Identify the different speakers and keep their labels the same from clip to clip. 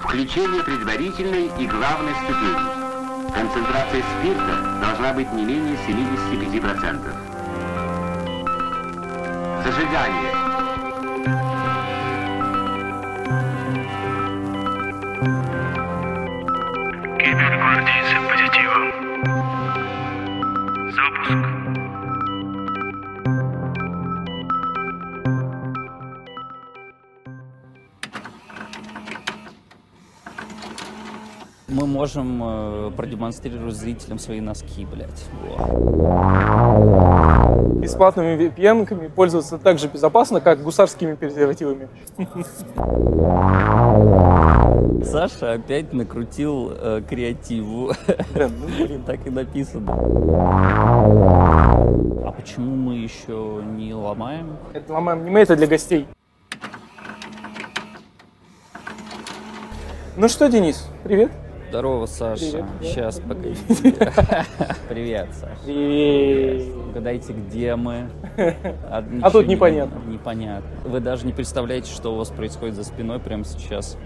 Speaker 1: включение предварительной и главной ступени. Концентрация спирта должна быть не менее 75%. Зажигание.
Speaker 2: Кибер гвардейцы позитивом. Запуск.
Speaker 3: Мы можем э, продемонстрировать зрителям свои носки, блядь. Во.
Speaker 4: Бесплатными vpn пользоваться так же безопасно, как гусарскими презервативами.
Speaker 3: Саша опять накрутил э, креативу.
Speaker 4: Блин, ну блин.
Speaker 3: Так и написано. А почему мы еще не ломаем?
Speaker 4: Это ломаем аниме, это для гостей. Ну что, Денис, привет.
Speaker 3: Здорово, Саша.
Speaker 4: Привет, привет.
Speaker 3: Сейчас, погоди. Привет, Саша.
Speaker 4: Привет.
Speaker 3: Угадайте, где мы. А,
Speaker 4: А
Speaker 3: ничего не-
Speaker 4: тут непонятно.
Speaker 3: непонятно. Вы даже не представляете, что у вас происходит за спиной прямо сейчас.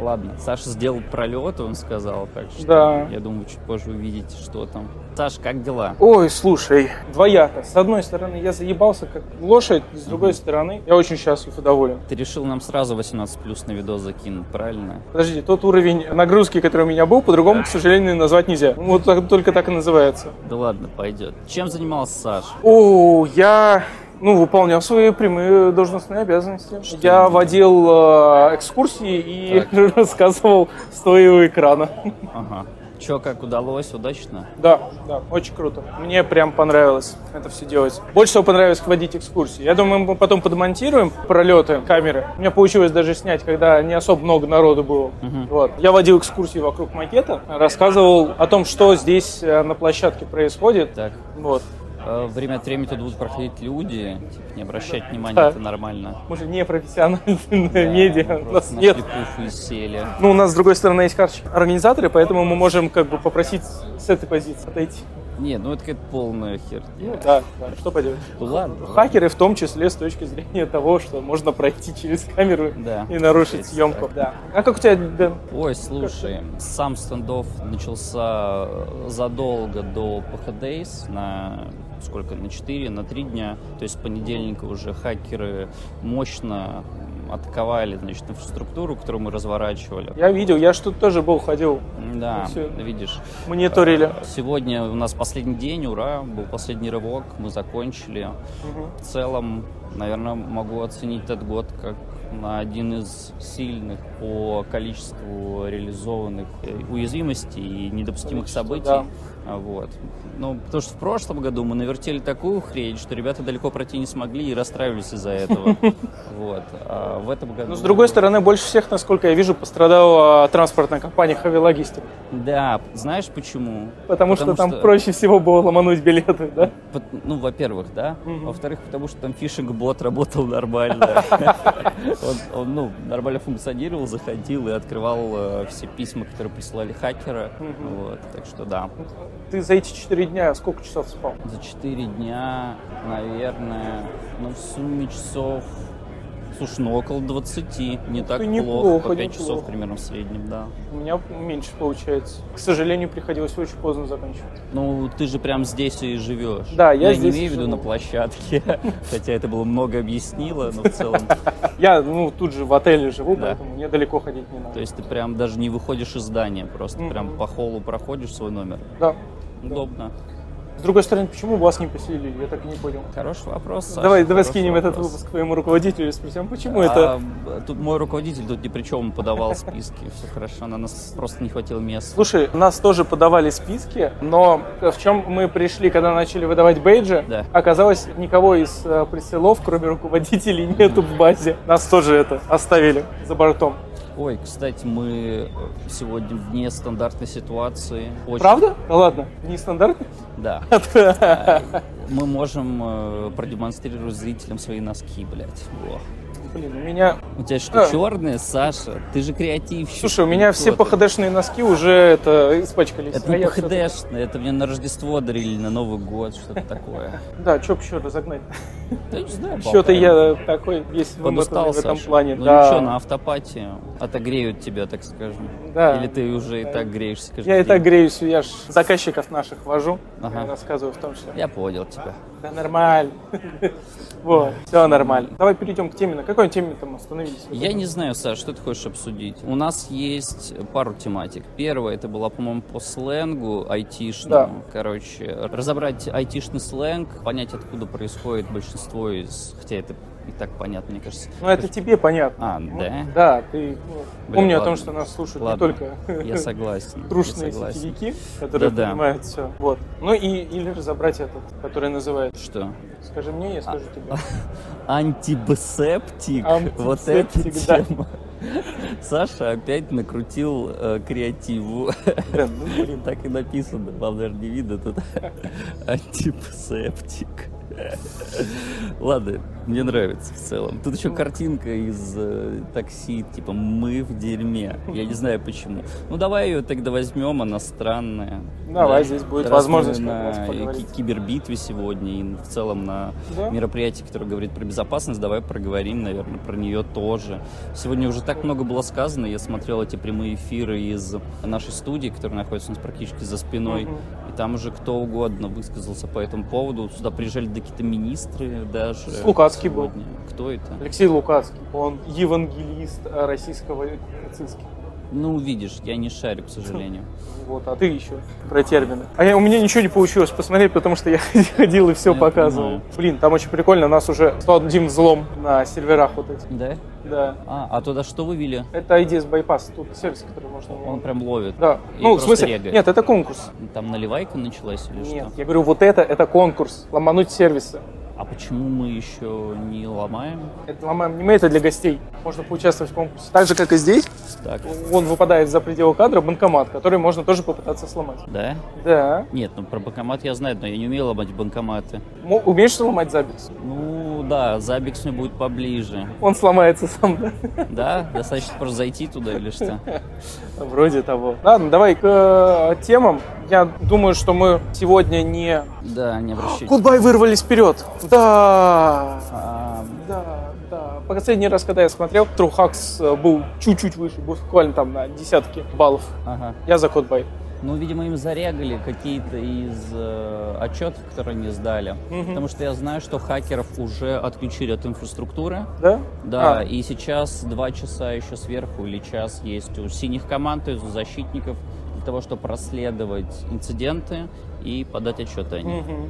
Speaker 3: Ладно, Саша сделал пролет, он сказал, так что
Speaker 4: Да.
Speaker 3: я думаю, чуть позже увидите, что там. Саша, как дела?
Speaker 4: Ой, слушай, двояко. С одной стороны, я заебался как лошадь, с другой стороны, я очень счастлив и доволен.
Speaker 3: Ты решил нам сразу 18 плюс на видос закинуть, правильно?
Speaker 4: Подожди, тот уровень нагрузки, который у меня был, по-другому, к сожалению, назвать нельзя. Вот так- только так и называется.
Speaker 3: Да ладно, пойдет. Чем занимался Саша?
Speaker 4: О, я ну, выполнял свои прямые должностные обязанности. я водил э, экскурсии и рассказывал стоя у экрана.
Speaker 3: Ага. Че, как удалось? Удачно?
Speaker 4: Да, да, очень круто. Мне прям понравилось это все делать. Больше всего понравилось водить экскурсии. Я думаю, мы потом подмонтируем пролеты камеры. У меня получилось даже снять, когда не особо много народу было. Вот. Я водил экскурсии вокруг макета, рассказывал о том, что здесь э, на площадке происходит.
Speaker 3: Так,
Speaker 4: Вот.
Speaker 3: э, время от времени тут будут проходить люди, типа, не обращать внимания,
Speaker 4: Да.
Speaker 3: это нормально.
Speaker 4: Мы же не профессиональные медиа,
Speaker 3: мы
Speaker 4: у нас
Speaker 3: просто
Speaker 4: нет.
Speaker 3: нашли пуфу и сели.
Speaker 4: Ну, у нас, с другой стороны, есть карточки организаторы, поэтому мы можем как бы попросить с этой позиции отойти.
Speaker 3: Нет, ну это какая-то полная херня.
Speaker 4: Ну, да, да, что поделать.
Speaker 3: Ну ладно.
Speaker 4: Хакеры в том числе с точки зрения того, что можно пройти через камеру
Speaker 3: Да.
Speaker 4: и нарушить
Speaker 3: Есть
Speaker 4: съемку.
Speaker 3: так.
Speaker 4: Да. А как у тебя, Дэн?
Speaker 3: Ой, слушай, сам стендов начался э, задолго до PHDays на сколько, на 4, на 3 дня. То есть с понедельника уже хакеры мощно м, атаковали, значит, инфраструктуру, которую мы разворачивали.
Speaker 4: Я видел, я что-то тоже был, ходил,
Speaker 3: Да,
Speaker 4: всё.
Speaker 3: видишь.
Speaker 4: мониторили.
Speaker 3: Сегодня у нас последний день, ура, был последний рывок, мы закончили.
Speaker 4: Мгм.
Speaker 3: В целом, наверное, могу оценить этот год как на один из сильных по количеству реализованных э, уязвимостей и недопустимых
Speaker 4: Количество,
Speaker 3: событий.
Speaker 4: да.
Speaker 3: А, Вот. Ну, потому что в прошлом году мы навертели такую хрень, что ребята далеко пройти не смогли и расстраивались из-за этого. Вот. А в этом году...
Speaker 4: Но, Ну, с другой стороны, больше всех, насколько я вижу, пострадала транспортная компания «Хавилогистик»,
Speaker 3: Да, знаешь почему?
Speaker 4: потому, что там проще всего было ломануть билеты, да?
Speaker 3: Пот- Ну, во-первых, да.
Speaker 4: Мгм.
Speaker 3: Во-вторых, потому что там фишинг-бот работал нормально. Он, он, ну, нормально функционировал, заходил и открывал э, все письма, которые присылали хакера.
Speaker 4: Мгм.
Speaker 3: Вот, так что да.
Speaker 4: Ты за эти четыре дня сколько часов спал?
Speaker 3: За 4 дня, наверное, ну, в сумме часов... Слушай, ну около 20, не так плохо,
Speaker 4: ты, неплохо,
Speaker 3: по 5 часов
Speaker 4: неплохо.
Speaker 3: примерно в среднем, да.
Speaker 4: У меня меньше получается. К сожалению, приходилось очень поздно заканчивать.
Speaker 3: Ну, ты же прям здесь и живешь.
Speaker 4: Да, я
Speaker 3: Ну,
Speaker 4: здесь
Speaker 3: не имею в виду
Speaker 4: живу.
Speaker 3: на площадке, хотя это было много объяснило, но в целом
Speaker 4: Я, ну, тут же в отеле живу,
Speaker 3: Да.
Speaker 4: поэтому мне далеко ходить не надо.
Speaker 3: То есть ты прям даже не выходишь из здания, просто
Speaker 4: Мгм.
Speaker 3: прям по холлу проходишь свой номер.
Speaker 4: Да.
Speaker 3: Удобно.
Speaker 4: С другой стороны, почему вас не поселили? Я так и не понял.
Speaker 3: Хороший вопрос. Саша,
Speaker 4: давай, давай
Speaker 3: хороший
Speaker 4: скинем этот
Speaker 3: вопрос.
Speaker 4: выпуск твоему руководителю и спросим, почему
Speaker 3: А,
Speaker 4: это.
Speaker 3: б- тут мой руководитель тут ни при чем подавал списки, все хорошо, на нас просто не хватило места.
Speaker 4: Слушай, нас тоже подавали списки, но в чем мы пришли, когда начали выдавать бейджи,
Speaker 3: Да.
Speaker 4: оказалось, никого из э, присылов, кроме руководителей, нету в базе. Нас тоже это оставили за бортом.
Speaker 3: Ой, кстати, мы э, сегодня в нестандартной ситуации. Очень-
Speaker 4: Правда? Да ладно, нестандартно.
Speaker 3: Да. э, Мы можем э, продемонстрировать зрителям свои носки, блядь. Во.
Speaker 4: Блин, у меня...
Speaker 3: У тебя что,
Speaker 4: А.
Speaker 3: черные, Саша? Ты же креативщик.
Speaker 4: Слушай, у меня
Speaker 3: Что
Speaker 4: все
Speaker 3: ты?
Speaker 4: пхдшные носки уже это испачкались.
Speaker 3: Ну, Это
Speaker 4: А
Speaker 3: не
Speaker 4: я всё-таки-
Speaker 3: ПХДшно, это мне на Рождество дарили, на Новый год, что-то такое.
Speaker 4: Да, чё б еще разогнать?
Speaker 3: Да не знаю,
Speaker 4: Что-то
Speaker 3: болтаем.
Speaker 4: я такой весь вымотанный
Speaker 3: Подустал,
Speaker 4: в этом
Speaker 3: Саша.
Speaker 4: плане.
Speaker 3: Ну
Speaker 4: да.
Speaker 3: ничего, на автопате отогреют тебя, так скажем.
Speaker 4: Да.
Speaker 3: Или ты уже и
Speaker 4: Да.
Speaker 3: так греешься каждый
Speaker 4: Я и так
Speaker 3: день.
Speaker 4: греюсь, я ж заказчиков наших вожу,
Speaker 3: Ага.
Speaker 4: я рассказываю в том числе.
Speaker 3: Я понял тебя.
Speaker 4: Да нормально. Вот, все нормально. Давай перейдем к теме. На какой теме там остановились?
Speaker 3: Я не знаю, Саш, что ты хочешь обсудить? У нас есть пару тематик. Первая, это была, по-моему, по сленгу айтишному. Короче, разобрать айтишный сленг, понять, откуда происходит большинство из... Хотя это и так понятно, мне кажется.
Speaker 4: Ну это тебе понятно. Ну,
Speaker 3: А, да?
Speaker 4: Да, ты ну, помни о том,
Speaker 3: ладно.
Speaker 4: что нас слушают не
Speaker 3: Ладно,
Speaker 4: только
Speaker 3: я согласен. я
Speaker 4: трушные
Speaker 3: согласен.
Speaker 4: сетевики, которые
Speaker 3: Да-да.
Speaker 4: понимают все. Вот. Ну и или разобрать этот, который называется.
Speaker 3: Что?
Speaker 4: Скажи мне,
Speaker 3: А.
Speaker 4: я скажу тебе.
Speaker 3: Антибесептик. Вот эта
Speaker 4: Антибесептик, да.
Speaker 3: тема. Саша опять накрутил э, креативу.
Speaker 4: Блин, ну, блин.
Speaker 3: Так и написано, вам даже не видно тут. Антисептик. Ладно, мне нравится в целом. Тут еще картинка из э, такси, типа «Мы в дерьме». Я не знаю почему. Ну, давай ее тогда возьмем, она странная.
Speaker 4: Давай, здесь будет
Speaker 3: Раз мы
Speaker 4: возможность как раз
Speaker 3: на
Speaker 4: поговорить.
Speaker 3: ки- кибербитве сегодня и в целом на
Speaker 4: Да.
Speaker 3: мероприятии, которое говорит про безопасность, давай проговорим, наверное, про нее тоже. Сегодня уже так много было сказано, я смотрел эти прямые эфиры из нашей студии, которая находится у нас практически за спиной,
Speaker 4: Мгм.
Speaker 3: и там уже кто угодно высказался по этому поводу. Сюда приезжали да какие-то министры даже.
Speaker 4: Лукацкий был.
Speaker 3: сегодня. Кто это?
Speaker 4: Алексей Лукацкий, он евангелист э, российского нацистского.
Speaker 3: Ну, видишь, я не шарю, к сожалению.
Speaker 4: Вот, а ты еще про термины. А я, у меня ничего не получилось посмотреть, потому что я ходил и все
Speaker 3: Я
Speaker 4: показывал.
Speaker 3: понимаю.
Speaker 4: Блин, там очень прикольно, у нас уже 101 взлом на серверах вот этих.
Speaker 3: Да?
Speaker 4: Да.
Speaker 3: А, а туда что вывели?
Speaker 4: Это IDS Bypass, тут сервис, который можно...
Speaker 3: Он прям ловит.
Speaker 4: Да.
Speaker 3: И
Speaker 4: ну, в
Speaker 3: просто
Speaker 4: смысле,
Speaker 3: регает.
Speaker 4: нет, это конкурс.
Speaker 3: Там наливайка началась или
Speaker 4: Нет,
Speaker 3: что?
Speaker 4: я говорю, вот это, это конкурс. Ломануть сервисы.
Speaker 3: А почему мы еще не ломаем?
Speaker 4: Это ломаем не мы, это для гостей. Можно поучаствовать в конкурсе. Так же, как и здесь,
Speaker 3: Так,
Speaker 4: он выпадает за пределы кадра банкомат, который можно тоже попытаться сломать.
Speaker 3: да?
Speaker 4: Да.
Speaker 3: Нет, ну про банкомат я знаю, но я не умею ломать банкоматы.
Speaker 4: Мо- Умеешь сломать забикс?
Speaker 3: Ну да, Забикс мне будет поближе.
Speaker 4: Он сломается сам, да?
Speaker 3: Да? Достаточно просто зайти туда или что?
Speaker 4: Вроде того. Ладно, давай к э, темам. Я думаю, что мы сегодня не...
Speaker 3: Да, не обращайтесь.
Speaker 4: Гудбай вырвались вперед. Да.
Speaker 3: А,
Speaker 4: Да, да. Последний раз, когда я смотрел, Трухакс э, был чуть-чуть выше, буквально там на десятки баллов.
Speaker 3: Ага.
Speaker 4: Я за Гудбай.
Speaker 3: Ну, видимо, им зарягали какие-то из э, отчетов, которые они сдали.
Speaker 4: Мгм.
Speaker 3: Потому что я знаю, что хакеров уже отключили от инфраструктуры.
Speaker 4: Да?
Speaker 3: Да,
Speaker 4: А.
Speaker 3: и сейчас два часа еще сверху или час есть у синих команд, то есть у защитников, для того, чтобы расследовать инциденты и подать отчеты о них.
Speaker 4: Мгм.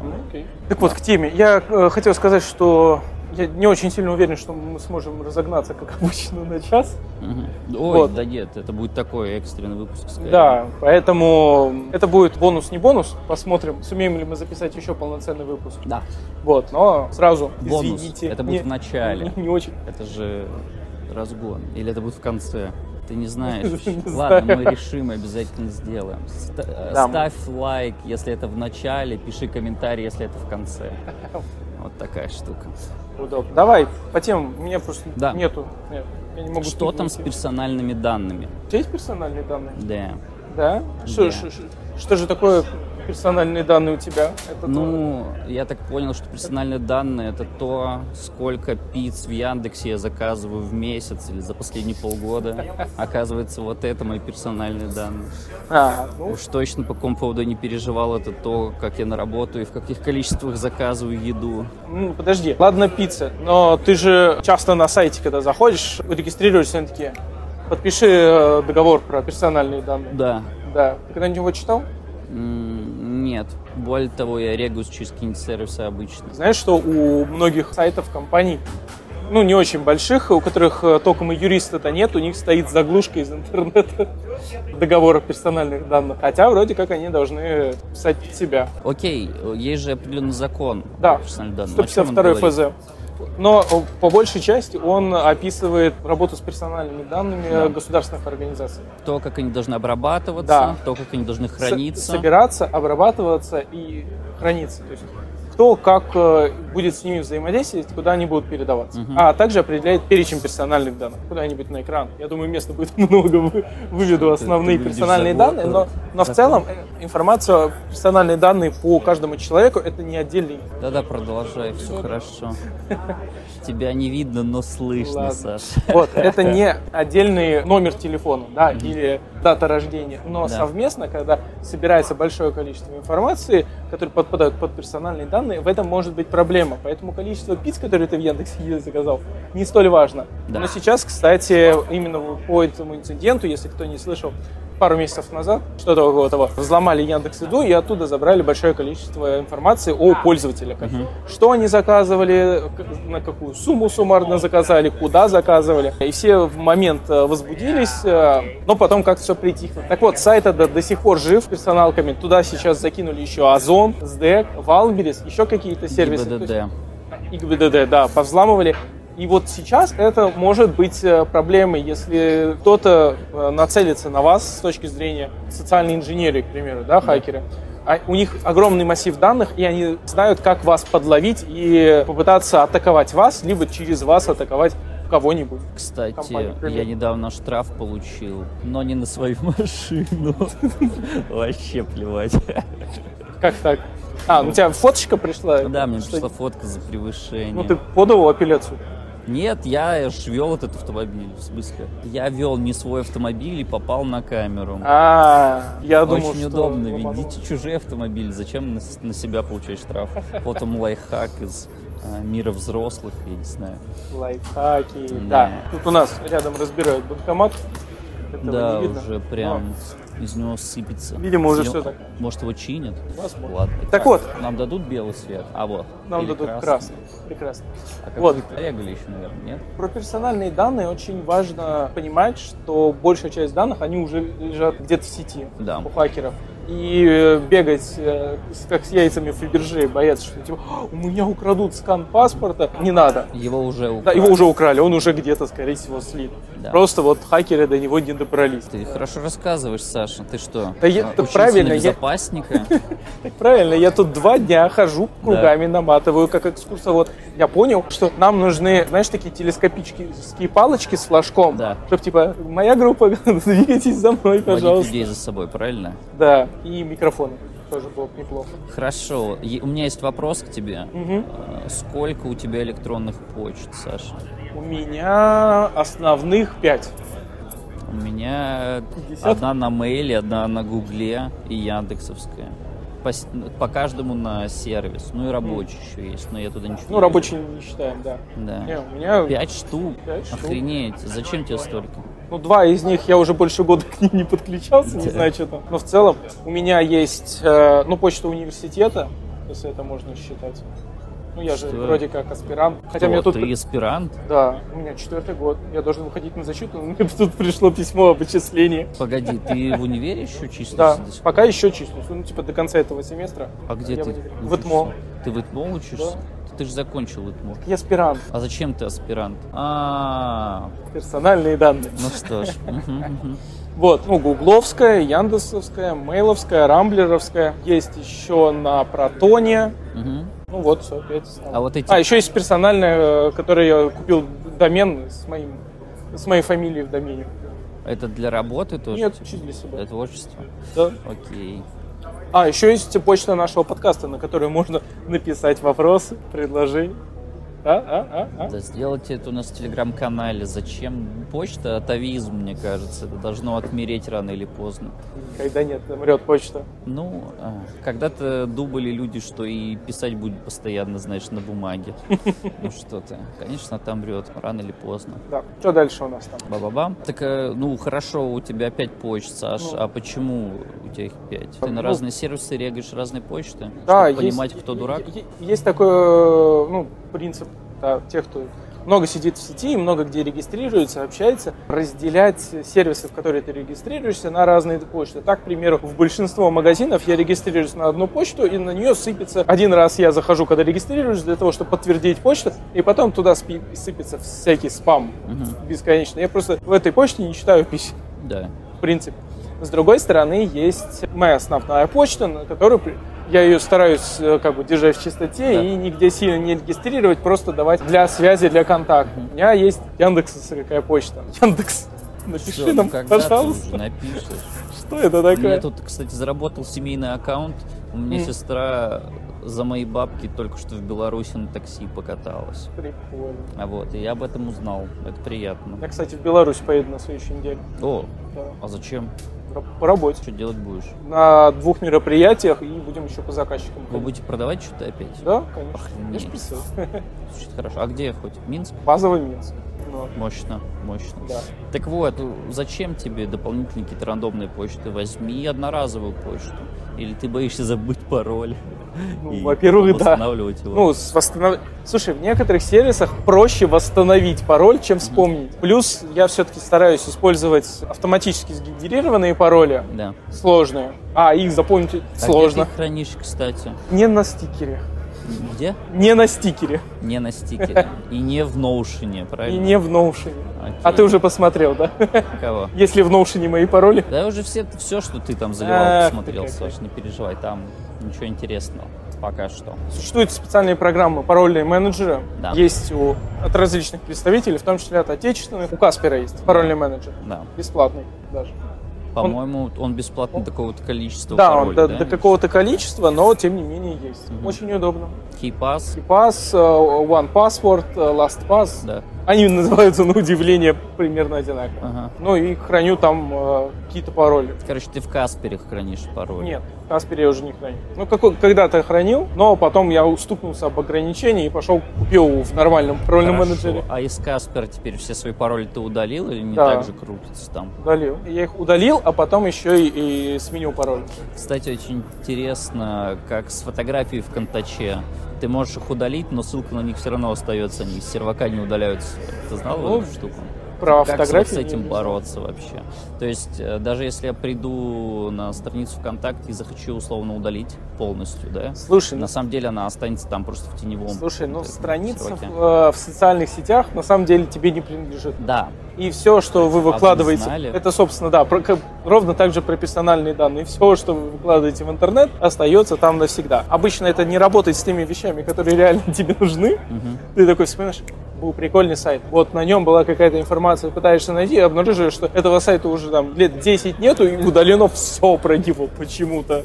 Speaker 4: Ну, окей. Так вот, к теме. Я э, хотел сказать, что я не очень сильно уверен, что мы сможем разогнаться, как обычно, на час.
Speaker 3: Мгм. Ой,
Speaker 4: Вот.
Speaker 3: да нет, это будет такой экстренный выпуск. скорее.
Speaker 4: Да, поэтому это будет бонус, не бонус. Посмотрим, сумеем ли мы записать еще полноценный выпуск.
Speaker 3: Да,
Speaker 4: Вот, но сразу,
Speaker 3: бонус.
Speaker 4: извините.
Speaker 3: Это будет
Speaker 4: не-
Speaker 3: в начале.
Speaker 4: Не, не очень.
Speaker 3: Это же разгон. Или это будет в конце. Ты не знаешь. вообще.
Speaker 4: Не
Speaker 3: Ладно,
Speaker 4: знаю.
Speaker 3: мы решим и обязательно сделаем. Ста- э,
Speaker 4: Да.
Speaker 3: Ставь лайк, если это в начале, пиши комментарий, если это в конце. Вот такая штука.
Speaker 4: Удобно. Давай, по темам. У меня просто
Speaker 3: Да.
Speaker 4: нету. Нет, я не могу
Speaker 3: Что там с
Speaker 4: найти.
Speaker 3: персональными данными?
Speaker 4: У тебя есть персональные данные?
Speaker 3: Да.
Speaker 4: Да? Что,
Speaker 3: Да.
Speaker 4: что- что- что же такое персональные данные у тебя? Это
Speaker 3: Ну, я так понял, что персональные данные это то, сколько пиц в Яндексе я заказываю в месяц или за последние полгода. Оказывается, вот это мои персональные данные.
Speaker 4: то- А, ну,
Speaker 3: Уж точно по какому поводу я не переживал, это то, как я на работу и в каких количествах заказываю еду.
Speaker 4: м, Ну, подожди. Ладно, пицца, но ты же часто на сайте, когда заходишь, регистрируешься, они такие, подпиши э, договор про персональные данные.
Speaker 3: Да.
Speaker 4: Да. Ты когда-нибудь его читал?
Speaker 3: М, Нет. Более того, я регусь через какие-нибудь сервисы обычно.
Speaker 4: Знаешь, что у многих сайтов компаний, ну, не очень больших, у которых э, толком и юриста-то нет, у них стоит заглушка из интернета договора персональных данных. Хотя вроде как они должны писать под себя.
Speaker 3: Окей, есть же определенный закон о
Speaker 4: Да,
Speaker 3: персональных данных. Ну, О чем он
Speaker 4: 152
Speaker 3: говорит?
Speaker 4: ФЗ. Но э, по большей части он описывает работу с персональными данными э, государственных организаций.
Speaker 3: То, как они должны обрабатываться,
Speaker 4: Да.
Speaker 3: то, как они должны
Speaker 4: С-
Speaker 3: храниться.
Speaker 4: собираться, обрабатываться и храниться. То есть кто как э, будет с ними взаимодействовать, куда они будут передаваться.
Speaker 3: Мгм.
Speaker 4: А также определяет перечень персональных данных. Куда-нибудь на экран. Я думаю, места будет много. Вы- Выведу основные
Speaker 3: ты выйдешь
Speaker 4: персональные
Speaker 3: за город,
Speaker 4: данные. Но,
Speaker 3: да.
Speaker 4: но в
Speaker 3: Так.
Speaker 4: целом э, информация, персональные данные по каждому человеку это не отдельный.
Speaker 3: Да-да, продолжай, все хорошо. Тебя не видно, но слышно,
Speaker 4: Ладно.
Speaker 3: Саша.
Speaker 4: Вот, это не отдельный номер телефона, да, или дата рождения, но
Speaker 3: Да.
Speaker 4: совместно, когда собирается большое количество информации, которые подпадают под персональные данные, в этом может быть проблема. Поэтому количество пиц, которые ты в Яндексе заказал, не столь важно.
Speaker 3: Да.
Speaker 4: Но сейчас, кстати, именно по этому инциденту, если кто не слышал, пару месяцев назад, что-то около того, взломали Яндекс.Иду и оттуда забрали большое количество информации о пользователях. Что они заказывали, к- на какую сумму суммарно заказали, куда заказывали. И все в момент э, возбудились, э, но потом как-то все притихло. Так вот, сайт это до сих пор жив персоналками. Туда сейчас закинули еще Озон, СДЭК, Валберес, еще какие-то сервисы. То есть
Speaker 3: ГИБДД.
Speaker 4: и ГБДД, да, повзламывали. И вот сейчас это может быть э, проблемой, если кто-то э, нацелится на вас с точки зрения социальной инженерии, к примеру, да, хакеры. А у них огромный массив данных, и они знают, как вас подловить и попытаться атаковать вас, либо через вас атаковать кого-нибудь. Компания,
Speaker 3: Кстати,
Speaker 4: например.
Speaker 3: я недавно штраф получил, но не на свою машину. Вообще плевать.
Speaker 4: Как так? А, ну у тебя фоточка пришла?
Speaker 3: Да, мне
Speaker 4: Что-
Speaker 3: пришла фотка за превышение.
Speaker 4: Ну ты подал апелляцию?
Speaker 3: Нет, я ж вел этот автомобиль, в смысле. Я вел не свой автомобиль и попал на камеру.
Speaker 4: А, я думал,
Speaker 3: Очень
Speaker 4: что
Speaker 3: удобно,
Speaker 4: ломануло.
Speaker 3: ведите чужие автомобили, зачем на, с- на себя получать штраф? Вот он лайфхак из э, мира взрослых, я не знаю.
Speaker 4: Лайфхаки, да.
Speaker 3: Да.
Speaker 4: Тут у нас рядом разбирают банкомат. Этого
Speaker 3: да,
Speaker 4: не видно. А.
Speaker 3: уже прям из него сыпется.
Speaker 4: Видимо, уже
Speaker 3: Из него-
Speaker 4: всё так.
Speaker 3: Может, его чинят?
Speaker 4: Возможно.
Speaker 3: Ладно.
Speaker 4: Так вот.
Speaker 3: Нам дадут белый свет? А вот.
Speaker 4: Но нам
Speaker 3: Или
Speaker 4: дадут красный. Прекрасно.
Speaker 3: А как
Speaker 4: Вот.
Speaker 3: вот. Регали еще, наверное, нет?
Speaker 4: Про персональные данные очень важно понимать, что большая часть данных, они уже лежат где-то в сети
Speaker 3: Да.
Speaker 4: у хакеров. И э, бегать э, с- как с яйцами в Фиберже, бояться, что типа, «А, у меня украдут скан паспорта, не надо.
Speaker 3: Его уже
Speaker 4: Да,
Speaker 3: украли.
Speaker 4: его уже украли, он уже где-то, скорее всего, слит.
Speaker 3: Да.
Speaker 4: Просто вот хакеры до него не добрались.
Speaker 3: Ты хорошо рассказываешь, Саша. Ты что?
Speaker 4: Да
Speaker 3: а,
Speaker 4: я- да
Speaker 3: учился
Speaker 4: правильно,
Speaker 3: на
Speaker 4: я-
Speaker 3: безопасника?
Speaker 4: Правильно, я тут два дня хожу кругами, наматываю как экскурсовод. Я понял, что нам нужны, знаешь, такие телескопические палочки с флажком.
Speaker 3: Да.
Speaker 4: Чтоб типа, моя группа, двигайтесь за мной,
Speaker 3: Водить
Speaker 4: пожалуйста.
Speaker 3: людей за собой, правильно?
Speaker 4: Да, и микрофоны тоже было бы неплохо.
Speaker 3: Хорошо. Е- У меня есть вопрос к тебе.
Speaker 4: Мгм.
Speaker 3: Э, Сколько у тебя электронных почт, Саша?
Speaker 4: У меня основных пять.
Speaker 3: У меня
Speaker 4: Десятка?
Speaker 3: одна на мейле, одна на гугле и яндексовская. По, с- по каждому на сервис. Ну и рабочий еще есть, но я туда ничего
Speaker 4: Ну, рабочие не считаем, да.
Speaker 3: Да.
Speaker 4: Не, у меня
Speaker 3: Пять штук.
Speaker 4: Пять штук.
Speaker 3: Охренеть. Зачем тебе столько?
Speaker 4: Ну, два из них я уже больше года к ним не подключался, не знаю, что там. Но в целом у меня есть, э, ну, почта университета, если это можно считать. Ну, я же
Speaker 3: Что?
Speaker 4: вроде как аспирант. Хотя
Speaker 3: Кто?
Speaker 4: мне тут...
Speaker 3: Ты аспирант?
Speaker 4: Да, у меня четвертый год, я должен выходить на защиту, но мне тут пришло письмо об отчислении.
Speaker 3: Погоди, ты в универе еще чистишься?
Speaker 4: Да,
Speaker 3: до сих пор?
Speaker 4: пока еще числюсь, ну, типа до конца этого семестра.
Speaker 3: А где
Speaker 4: Я
Speaker 3: ты?
Speaker 4: в универе. В
Speaker 3: учишься?
Speaker 4: ИТМО.
Speaker 3: Ты в ИТМО учишься? Ты же закончил ИТМО.
Speaker 4: Я аспирант,
Speaker 3: А зачем ты аспирант? А,
Speaker 4: персональные данные.
Speaker 3: ну что ж. мгм, мгм.
Speaker 4: Вот, ну, гугловская, яндексовская, мейловская, рамблеровская. Есть еще на протоне,
Speaker 3: Мгм.
Speaker 4: Ну вот, все, опять. снова.
Speaker 3: А вот эти-
Speaker 4: А, еще есть персональная, э, который я купил домен с моим с моей фамилией в домене.
Speaker 3: Это для работы тоже?
Speaker 4: Нет,
Speaker 3: типа?
Speaker 4: чуть для себя.
Speaker 3: Для творчества?
Speaker 4: Да.
Speaker 3: Окей.
Speaker 4: А, еще есть почта нашего подкаста, на которую можно написать вопросы, предложения. А, а, а, а?
Speaker 3: Да сделайте это у нас в телеграм-канале. Зачем почта? Атовизм, мне кажется. Это должно отмереть рано или поздно.
Speaker 4: Когда нет, умрет почта.
Speaker 3: Ну, а, когда-то думали люди, что и писать будет постоянно, знаешь, на бумаге. Ну что ты. Конечно, отомрет. Рано или поздно.
Speaker 4: Да. Что дальше у нас там?
Speaker 3: Ба-ба-бам. Так, э, ну, хорошо, у тебя пять почт, Саш.
Speaker 4: Ну.
Speaker 3: А почему у тебя их пять? Ты
Speaker 4: Ну.
Speaker 3: на разные сервисы регаешь разные почты?
Speaker 4: Да,
Speaker 3: чтобы
Speaker 4: есть-
Speaker 3: понимать, кто дурак?
Speaker 4: е- е- Есть такой э, ну, принцип да, тех, кто много сидит в сети, и много где регистрируется, общается, разделять сервисы, в которые ты регистрируешься, на разные почты. Так, к примеру, в большинство магазинов я регистрируюсь на одну почту, и на нее сыпется... Один раз я захожу, когда регистрируюсь, для того, чтобы подтвердить почту, и потом туда спи- сыпется всякий спам
Speaker 3: Мгм.
Speaker 4: бесконечно. Я просто в этой почте не читаю писем
Speaker 3: Да.
Speaker 4: в принципе. С другой стороны, есть моя основная почта, на которую при- Я ее стараюсь э, как бы держать в чистоте и нигде сильно не регистрировать, просто давать для связи, для контакта. У меня есть Яндекс, какая почта. Яндекс, напиши
Speaker 3: Всё, ну
Speaker 4: нам,
Speaker 3: когда ты
Speaker 4: пожалуйста,
Speaker 3: уже напишешь?
Speaker 4: что это
Speaker 3: У меня
Speaker 4: такое.
Speaker 3: тут, кстати, заработал семейный аккаунт. У меня
Speaker 4: Мгм.
Speaker 3: сестра за мои бабки только что в Беларуси на такси покаталась.
Speaker 4: Прикольно.
Speaker 3: А вот, и я об этом узнал. Это приятно.
Speaker 4: Я, кстати, в Беларусь поеду на следующей неделе.
Speaker 3: О,
Speaker 4: Да.
Speaker 3: а зачем?
Speaker 4: По работе.
Speaker 3: Что делать будешь?
Speaker 4: На двух мероприятиях и будем еще по заказчикам.
Speaker 3: Вы будете продавать что-то опять?
Speaker 4: Да, конечно. Я
Speaker 3: Охренеть.
Speaker 4: ж писал.
Speaker 3: Звучит хорошо. А где хоть? Минск?
Speaker 4: Базовый минус. Ну,
Speaker 3: Мощно, мощно.
Speaker 4: да.
Speaker 3: Так вот, зачем тебе дополнительные какие-то рандомные почты? Возьми одноразовую почту. Или ты боишься забыть пароль?
Speaker 4: Ну,
Speaker 3: и
Speaker 4: во-первых, да.
Speaker 3: восстанавливать его.
Speaker 4: Ну, с восстанов... Слушай, в некоторых сервисах проще восстановить пароль, чем вспомнить. Плюс я все-таки стараюсь использовать автоматически сгенерированные пароли,
Speaker 3: да.
Speaker 4: сложные. А, их запомнить
Speaker 3: А
Speaker 4: сложно.
Speaker 3: где ты их хранишь, кстати?
Speaker 4: Не на стикере.
Speaker 3: Где?
Speaker 4: Не на стикере.
Speaker 3: Не на стикере. И не в ноушене,
Speaker 4: И
Speaker 3: правильно?
Speaker 4: не в ноушене.
Speaker 3: Окей.
Speaker 4: А ты уже посмотрел, да?
Speaker 3: Кого?
Speaker 4: Если в ноушене мои пароли.
Speaker 3: Да я уже все, все, что ты там заливал,
Speaker 4: Ах ты
Speaker 3: посмотрел,
Speaker 4: какой.
Speaker 3: Саш, не переживай, там ничего интересного пока что.
Speaker 4: Существуют специальные программы парольные менеджеры.
Speaker 3: Да.
Speaker 4: Есть у, от различных представителей, в том числе от отечественных. У Каспера есть парольный менеджер.
Speaker 3: Да.
Speaker 4: Бесплатный даже.
Speaker 3: По-моему, он, бесплатно такого вот количества
Speaker 4: Да,
Speaker 3: паролей,
Speaker 4: он до, до
Speaker 3: да?
Speaker 4: какого-то количества, но тем не менее есть.
Speaker 3: Мгм.
Speaker 4: Очень удобно.
Speaker 3: Keypass,
Speaker 4: KeePass, э, One Password, э, Last Pass.
Speaker 3: да.
Speaker 4: Они называются на удивление примерно одинаково.
Speaker 3: Ага.
Speaker 4: Ну и храню там э, какие-то пароли.
Speaker 3: Короче, ты в Каспере хранишь пароль.
Speaker 4: Нет, Каспер я уже не храню. Ну, какой- когда-то хранил, но потом я уступнулся об ограничении и пошел купил в нормальном парольном
Speaker 3: Хорошо.
Speaker 4: менеджере.
Speaker 3: А из Каспера теперь все свои пароли ты удалил или не
Speaker 4: Да.
Speaker 3: так же крутится там?
Speaker 4: Удалил. Я их удалил, а потом еще и, и сменил пароль.
Speaker 3: Кстати, очень интересно, как с фотографией в Контаче. Ты можешь их удалить, но ссылка на них все равно остается. Они из сервака не удаляются. Ты знал
Speaker 4: Ну,
Speaker 3: эту штуку?
Speaker 4: Про
Speaker 3: как
Speaker 4: фотографии.
Speaker 3: с вот с этим
Speaker 4: я не знаю.
Speaker 3: бороться вообще? То есть, э, даже если я приду на страницу ВКонтакте и захочу условно удалить полностью, да?
Speaker 4: Слушай,
Speaker 3: На
Speaker 4: ну,
Speaker 3: самом деле она останется там просто в теневом.
Speaker 4: слушай, ну
Speaker 3: вот этом
Speaker 4: страница
Speaker 3: серваке.
Speaker 4: в, э, в социальных сетях на самом деле тебе не принадлежит.
Speaker 3: Да,
Speaker 4: И все, что вы
Speaker 3: а вы
Speaker 4: выкладываете,
Speaker 3: знали?
Speaker 4: это, собственно, да, про- как- ровно так же про персональные данные. Все, что вы выкладываете в интернет, остается там навсегда. Обычно это не работает с теми вещами, которые реально тебе нужны.
Speaker 3: Мгм.
Speaker 4: Ты такой вспоминаешь, был прикольный сайт. Вот на нем была какая-то информация, пытаешься найти, и обнаруживаешь, что этого сайта уже там лет 10 нету, и удалено все про него почему-то.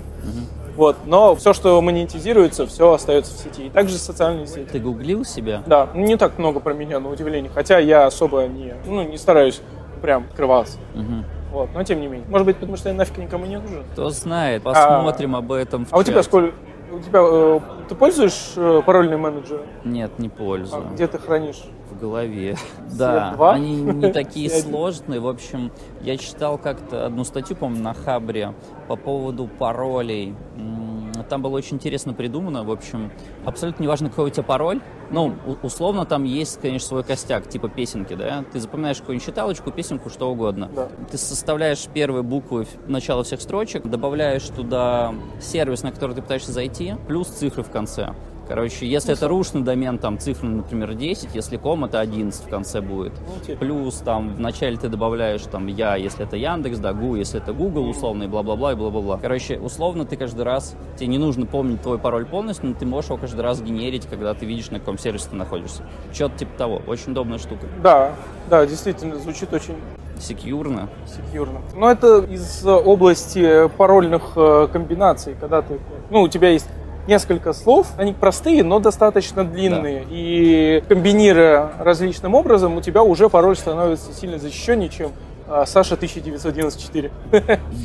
Speaker 4: Вот. Но все, что монетизируется, все остается в сети. И также социальные сети.
Speaker 3: Ты гуглил себя?
Speaker 4: Да, ну, не так много про меня, на удивление. Хотя я особо не, ну, не стараюсь прям открываться.
Speaker 3: Мгм.
Speaker 4: Вот, но тем не менее. Может быть, потому что я нафиг никому не нужен.
Speaker 3: Кто знает, посмотрим об этом в
Speaker 4: А у тебя
Speaker 3: чате.
Speaker 4: сколько... У тебя... э, ты пользуешь э, парольный менеджер?
Speaker 3: Нет, не пользую.
Speaker 4: А где ты хранишь?
Speaker 3: в голове. Да,
Speaker 4: два?
Speaker 3: они не такие
Speaker 4: Все один.
Speaker 3: сложные. В общем, я читал как-то одну статью, по-моему, на Хабре по поводу паролей. М, Там было очень интересно придумано. В общем, абсолютно неважно, какой у тебя пароль. Ну, у- условно, там есть, конечно, свой костяк, типа песенки, да? Ты запоминаешь какую-нибудь считалочку, песенку, что угодно.
Speaker 4: Да.
Speaker 3: Ты составляешь первые буквы ф- начала всех строчек, добавляешь туда сервис, на который ты пытаешься зайти, плюс цифры в конце. Короче, если это рушный домен, там цифры, например, 10, если ком, это 11 в конце будет.
Speaker 4: Ну, типа,
Speaker 3: Плюс там вначале ты добавляешь там я, если это Яндекс, да, Гу, если это Google, условно, и бла-бла-бла, и бла-бла-бла. Короче, условно ты каждый раз, тебе не нужно помнить твой пароль полностью, но ты можешь его каждый раз генерить, когда ты видишь, на каком сервисе ты находишься. Что-то типа того. Очень удобная штука.
Speaker 4: Да, да, действительно, звучит очень
Speaker 3: Секьюрно.
Speaker 4: секьюрно. Но это из э, области парольных э, комбинаций, когда ты... Ну, у тебя есть несколько слов, они простые, но достаточно длинные. И комбинируя различным образом, у тебя уже пароль становится сильно защищеннее, чем э, Саша 1994,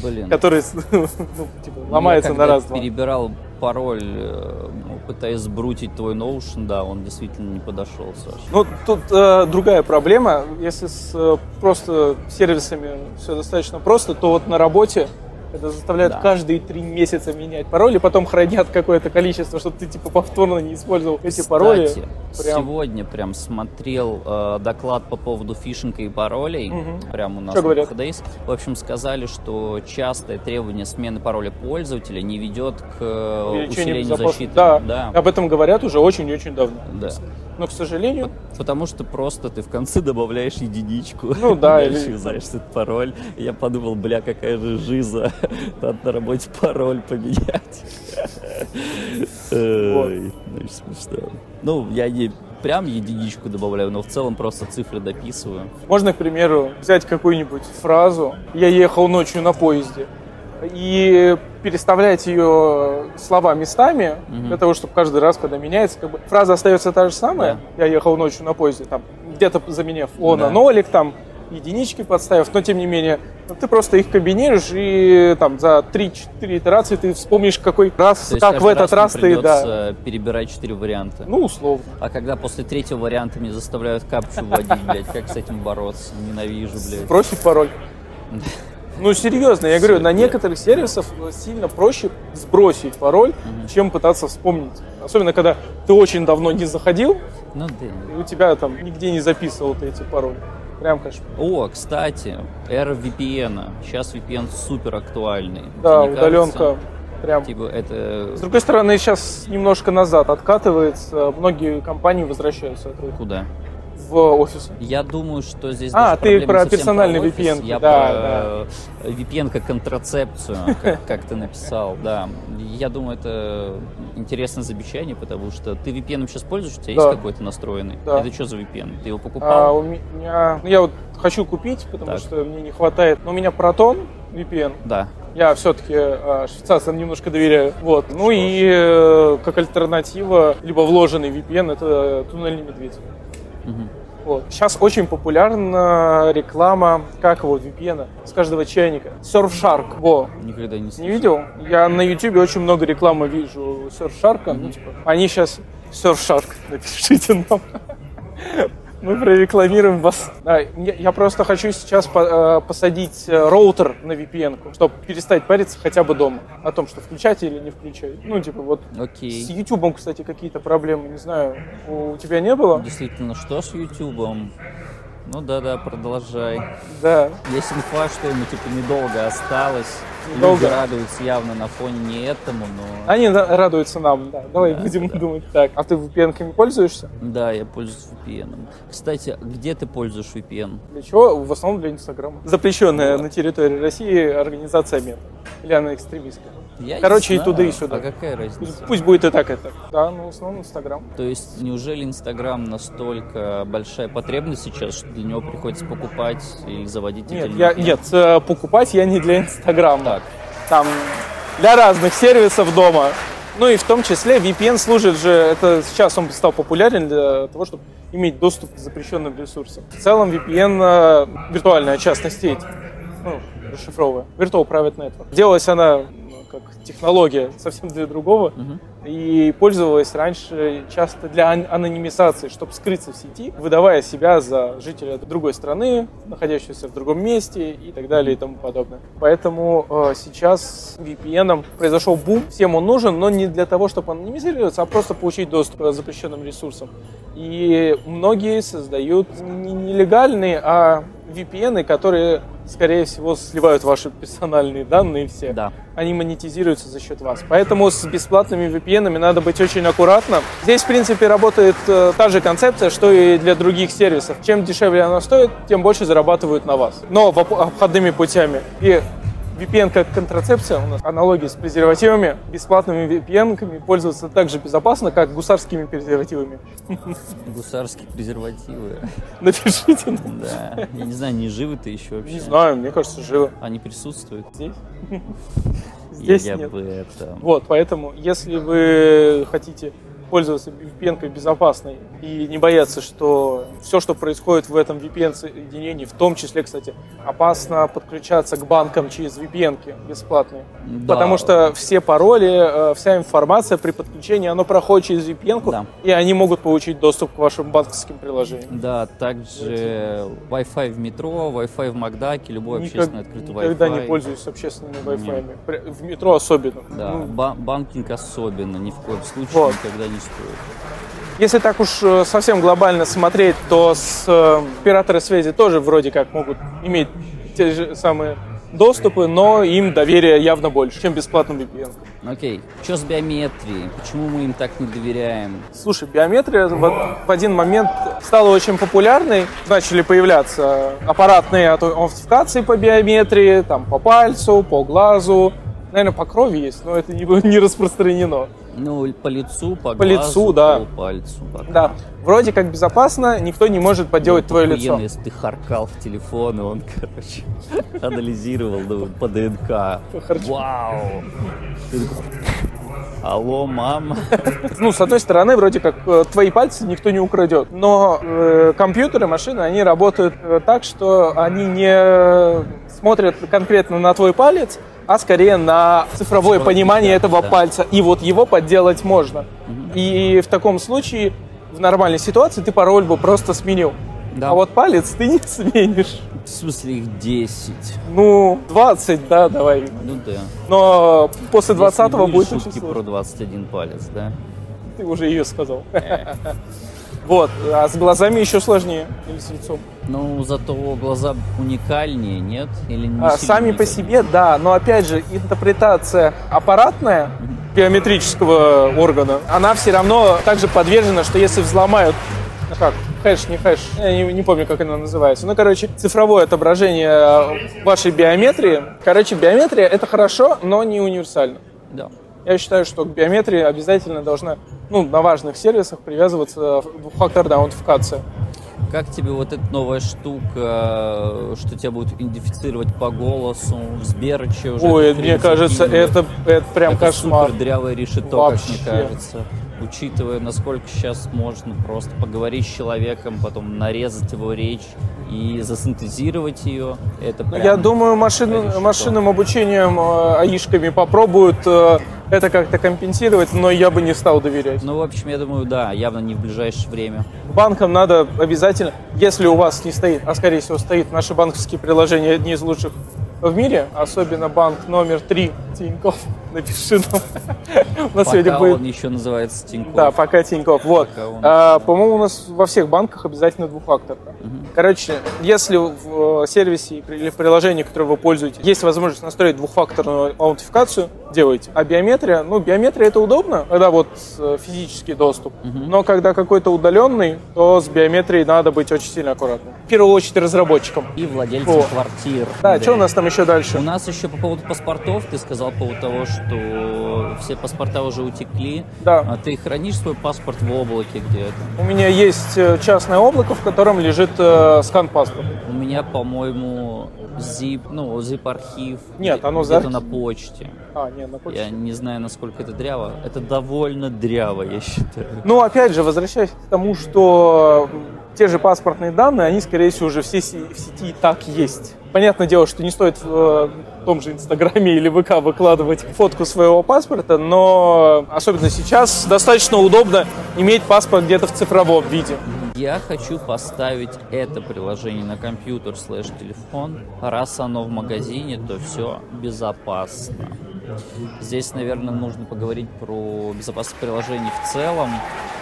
Speaker 3: Блин.
Speaker 4: который с- ну, типа,
Speaker 3: Ну, я
Speaker 4: ломается
Speaker 3: когда
Speaker 4: на раз-два.
Speaker 3: перебирал пароль, э, ну, пытаясь сбрутить твой Notion, да, он действительно не подошел, Саш.
Speaker 4: Ну, тут э, другая проблема. Если с э, просто сервисами все достаточно просто, то вот на работе это заставляют
Speaker 3: Да.
Speaker 4: каждые три месяца менять пароль, и потом хранят какое-то количество, чтобы ты типа повторно не использовал эти пароли.
Speaker 3: Кстати,
Speaker 4: прям-
Speaker 3: сегодня прям смотрел э, доклад по поводу фишинга и паролей.
Speaker 4: Мгм.
Speaker 3: Прям у нас на
Speaker 4: Что говорят?
Speaker 3: HDS. В общем, сказали, что частое требование смены пароля пользователя не ведет к э,
Speaker 4: Увеличение
Speaker 3: усилению
Speaker 4: безопасности.
Speaker 3: защиты.
Speaker 4: Да.
Speaker 3: да.
Speaker 4: Об этом говорят уже очень-очень давно.
Speaker 3: Да.
Speaker 4: Но, к сожалению,
Speaker 3: Потому что просто ты в конце добавляешь единичку.
Speaker 4: Ну да,
Speaker 3: Дальше
Speaker 4: или-
Speaker 3: юзаешь этот пароль. Я подумал, бля, какая же жиза. Надо на работе пароль поменять. Ой, Очень смешно. Ну, я не прям единичку добавляю, но в целом просто цифры дописываю.
Speaker 4: Можно, к примеру, взять какую-нибудь фразу «Я ехал ночью на поезде» и переставлять ее слова местами,
Speaker 3: Мгм.
Speaker 4: для того, чтобы каждый раз, когда меняется, как бы фраза остается та же самая. Я ехал ночью на поезде, там, где-то заменив «о»
Speaker 3: Да.
Speaker 4: на «нолик», там, единички подставив, но тем не менее, ну, ты просто их комбинируешь, и там за 3-4 итерации ты вспомнишь, какой раз,
Speaker 3: То есть
Speaker 4: как в
Speaker 3: каждый
Speaker 4: этот раз,
Speaker 3: мне
Speaker 4: ты, да.
Speaker 3: придется перебирать четыре варианта.
Speaker 4: Ну, условно.
Speaker 3: А когда после третьего варианта меня заставляют капчу вводить, блядь, как с этим бороться? Ненавижу, блядь.
Speaker 4: Проще пароль. Ну, серьезно, я говорю, на некоторых сервисах сильно проще сбросить пароль, чем пытаться вспомнить. Особенно, когда ты очень давно не заходил,
Speaker 3: Ну да.
Speaker 4: и у тебя там нигде не записывал ты эти пароли. Прям, конечно.
Speaker 3: О, кстати, эра VPN. Сейчас VPN супер актуальный.
Speaker 4: Да, удаленка прям.
Speaker 3: Типа это
Speaker 4: С другой стороны, сейчас немножко назад откатывается, многие компании возвращаются от этого
Speaker 3: куда?
Speaker 4: в офисы.
Speaker 3: Я думаю, что здесь даже
Speaker 4: А, ты
Speaker 3: проблема не
Speaker 4: про
Speaker 3: совсем
Speaker 4: персональный
Speaker 3: офис,
Speaker 4: VPN,
Speaker 3: Я
Speaker 4: да,
Speaker 3: про э, VPN как контрацепцию, как, как ты написал, да. Я думаю, это интересное замечание, потому что ты VPN сейчас пользуешься, у тебя
Speaker 4: Да.
Speaker 3: есть какой-то настроенный?
Speaker 4: Да.
Speaker 3: Это что за VPN? Ты его
Speaker 4: А
Speaker 3: покупал?
Speaker 4: у меня... ну, я вот хочу купить, потому
Speaker 3: Так.
Speaker 4: что мне не хватает. Но у меня Протон VPN,
Speaker 3: Да.
Speaker 4: Я все-таки швейцарцам немножко доверяю. Вот. Ну
Speaker 3: ж.
Speaker 4: и э, как альтернатива, либо вложенный VPN, это туннельный медведь.
Speaker 3: Мгм.
Speaker 4: Вот. Сейчас очень популярна реклама, как его, VPN, с каждого чайника. Surfshark. Во.
Speaker 3: Никогда не
Speaker 4: Не
Speaker 3: слышал.
Speaker 4: видел? Я на YouTube очень много рекламы вижу Surfshark. Ну, типа, они сейчас Surfshark. Напишите нам. Мы прорекламируем вас. Да, я, я просто хочу сейчас по- э, посадить э, роутер на VPN, чтобы перестать париться хотя бы дома о том, что включать или не включать. Ну, типа, вот с
Speaker 3: Окей.
Speaker 4: YouTube, кстати, какие-то проблемы, не знаю, у тебя не было?
Speaker 3: Действительно, что с Ютубом? Ну да-да, продолжай.
Speaker 4: Да.
Speaker 3: Есть инфа, что ему типа недолго осталось. Люди
Speaker 4: Недолго.
Speaker 3: радуются явно на фоне не этому, но...
Speaker 4: Они на- радуются нам, да. Давай будем думать так. А ты VPN-ками пользуешься?
Speaker 3: Да, я пользуюсь VPN. Кстати, где ты пользуешь VPN?
Speaker 4: Для чего? В основном для Инстаграма. Запрещенная на территории России организация Мета. Или она экстремистская.
Speaker 3: Я не
Speaker 4: Короче, и
Speaker 3: знаю.
Speaker 4: туда, и сюда.
Speaker 3: А какая
Speaker 4: Пусть,
Speaker 3: разница?
Speaker 4: пусть будет и так, и так. Да, ну в основном Инстаграм.
Speaker 3: То есть, неужели Инстаграм настолько большая потребность сейчас, что для него приходится покупать или заводить
Speaker 4: Нет,
Speaker 3: отдельный
Speaker 4: я,
Speaker 3: VPN?
Speaker 4: нет, э, покупать я не для Инстаграма.
Speaker 3: Так,
Speaker 4: Там для разных сервисов дома. Ну и в том числе VPN служит же, это сейчас он стал популярен для того, чтобы иметь доступ к запрещенным ресурсам. В целом VPN э, виртуальная частная сеть, ну, расшифровывая, Virtual Private Network. Делалась она ну, как технология совсем для другого,
Speaker 3: мгм.
Speaker 4: и пользовалась раньше часто для ан- анонимизации, чтобы скрыться в сети, выдавая себя за жителя другой страны, находящегося в другом месте и так далее и тому подобное. Поэтому э, сейчас с VPN произошел бум, всем он нужен, но не для того, чтобы анонимизироваться, а просто получить доступ к запрещенным ресурсам. И многие создают не нелегальные, а VPN, которые, скорее всего, сливают ваши персональные данные все
Speaker 3: да.
Speaker 4: они монетизируются за счет вас. Поэтому с бесплатными VPN надо быть очень аккуратным. Здесь, в принципе, работает э, та же концепция, что и для других сервисов. Чем дешевле она стоит, тем больше зарабатывают на вас. Но в оп- обходными путями. И VPN как контрацепция, у нас аналогии с презервативами, бесплатными VPN-ками пользоваться так же безопасно, как гусарскими презервативами.
Speaker 3: Гусарские презервативы.
Speaker 4: Напишите. нам.
Speaker 3: Да. Я не знаю, не живы ты еще вообще?
Speaker 4: Не знаю, мне кажется, живо.
Speaker 3: Они присутствуют?
Speaker 4: Здесь?
Speaker 3: Или
Speaker 4: Здесь
Speaker 3: Я
Speaker 4: нет.
Speaker 3: бы это...
Speaker 4: Вот, поэтому, если вы хотите пользоваться VPN -кой безопасной и не бояться, что все, что происходит в этом VPN-соединении, в том числе, кстати, опасно подключаться к банкам через VPN -ки бесплатные.
Speaker 3: Да.
Speaker 4: Потому что все пароли, э, вся информация при подключении, она проходит через VPN, -ку,
Speaker 3: Да.
Speaker 4: и они могут получить доступ к вашим банковским приложениям.
Speaker 3: Да, также Wi-Fi в метро, Wi-Fi в Макдаке, любой
Speaker 4: Никак-
Speaker 3: общественный открытый Wi-Fi.
Speaker 4: никогда не пользуюсь общественными Wi-Fi. При- В метро особенно.
Speaker 3: Да,
Speaker 4: Ну,
Speaker 3: ба- банкинг особенно, ни в коем случае
Speaker 4: Вот.
Speaker 3: никогда не стоит.
Speaker 4: Если так уж э, совсем глобально смотреть, то с э, операторы связи тоже вроде как могут иметь те же самые доступы, но им доверие явно больше, чем бесплатным VPN.
Speaker 3: Окей, что с биометрией? Почему мы им так не доверяем?
Speaker 4: Слушай, биометрия в, в один момент стала очень популярной. Начали появляться аппаратные аутентификации по биометрии, там, по пальцу, по глазу, Наверное, по крови есть, но это не, не распространено.
Speaker 3: Ну, по лицу, по,
Speaker 4: По
Speaker 3: глазу,
Speaker 4: лицу, да.
Speaker 3: по пальцу. по
Speaker 4: Да, вроде как безопасно, никто не может подделать твое лицо.
Speaker 3: Охуенно, если ты харкал в телефон, и он, короче, анализировал ну, по ДНК. Вау! Ты такой, Алло, мама.
Speaker 4: Ну, с одной стороны, вроде как э, твои пальцы никто не украдет, но э, компьютеры, машины, они работают э, так, что они не смотрят конкретно на твой палец, а скорее на цифровое
Speaker 3: Цифровой,
Speaker 4: понимание
Speaker 3: да,
Speaker 4: этого
Speaker 3: да.
Speaker 4: пальца. И вот его подделать можно. И в таком случае, в нормальной ситуации, ты пароль бы просто сменил.
Speaker 3: Да.
Speaker 4: А вот палец ты не сменишь.
Speaker 3: В смысле их 10.
Speaker 4: Ну, 20, да, давай.
Speaker 3: Ну да.
Speaker 4: Но после
Speaker 3: Здесь не
Speaker 4: 20-го будет очень
Speaker 3: шутки
Speaker 4: сложно.
Speaker 3: про 21 палец, да?
Speaker 4: Ты уже ее сказал. Вот, а с глазами еще сложнее, или с лицом.
Speaker 3: Ну, зато глаза уникальнее, нет? Или не
Speaker 4: А,
Speaker 3: сильно
Speaker 4: сами по
Speaker 3: уникальнее?
Speaker 4: себе, да, но опять же, интерпретация аппаратная биометрического органа, она все равно также подвержена, что если взломают ну как, хэш, не хэш, я не, не помню, как она называется. Ну, короче, цифровое отображение э, вашей биометрии. Короче, биометрия — это хорошо, но не универсально.
Speaker 3: Да.
Speaker 4: Я считаю, что к биометрии обязательно должна, ну, на важных сервисах привязываться двухфакторная аутентификация.
Speaker 3: Как тебе вот эта новая штука, что тебя будут идентифицировать по голосу, в Сбер, чё уже
Speaker 4: Ой,
Speaker 3: это
Speaker 4: мне кажется,
Speaker 3: принципиально.
Speaker 4: это, это прям
Speaker 3: Это
Speaker 4: кошмар.
Speaker 3: супер дрявое решето,
Speaker 4: Вообще.
Speaker 3: как мне кажется. Учитывая, насколько сейчас можно просто поговорить с человеком, потом нарезать его речь и засинтезировать ее, это
Speaker 4: Ну,
Speaker 3: прям...
Speaker 4: Я думаю, машин,
Speaker 3: решето.
Speaker 4: машинным обучением, э, аишками попробуют э, это как-то компенсировать, но я бы не стал доверять.
Speaker 3: Ну, в общем, я думаю, да, явно не в ближайшее время.
Speaker 4: Банкам надо обязательно, если у вас не стоит, а скорее всего стоит, наши банковские приложения одни из лучших в мире, особенно банк номер три Тинькофф, напиши нам. У нас сегодня
Speaker 3: Пока
Speaker 4: будет
Speaker 3: он еще называется Тинькофф.
Speaker 4: Да, пока Тинькофф. Вот.
Speaker 3: Пока он-
Speaker 4: А, по-моему, у нас во всех банках обязательно двухфакторка. Короче, если в э, сервисе или в приложении, которое вы пользуетесь, есть возможность настроить двухфакторную аутентификацию, делайте. А биометрия, ну, биометрия это удобно, когда вот э, физический доступ. Но когда какой-то удаленный, то с биометрией надо быть очень сильно аккуратным. В первую очередь разработчикам.
Speaker 3: И владельцам
Speaker 4: О.
Speaker 3: квартир.
Speaker 4: Да, что у нас там еще дальше?
Speaker 3: У нас еще по поводу паспортов, ты сказал по поводу того, что все паспорта уже утекли.
Speaker 4: Да.
Speaker 3: А ты хранишь свой паспорт в облаке где-то?
Speaker 4: У меня есть э, частное облако, в котором лежит э, скан паспорта.
Speaker 3: У меня, по-моему, zip, ну, zip архив.
Speaker 4: Нет, оно за
Speaker 3: где-то на почте.
Speaker 4: А, не, на почте.
Speaker 3: Я не знаю, насколько это дряво. Это довольно дряво, я считаю.
Speaker 4: Ну, опять же, возвращаясь к тому, что те же паспортные данные, они, скорее всего, уже все се- в сети и так есть. Понятное дело, что не стоит в э, том же Инстаграме или ВК выкладывать фотку своего паспорта, но особенно сейчас достаточно удобно иметь паспорт где-то в цифровом виде.
Speaker 3: Я хочу поставить это приложение на компьютер слэш телефон. Раз оно в магазине, то все безопасно. Здесь, наверное, нужно поговорить про безопасность приложений в целом.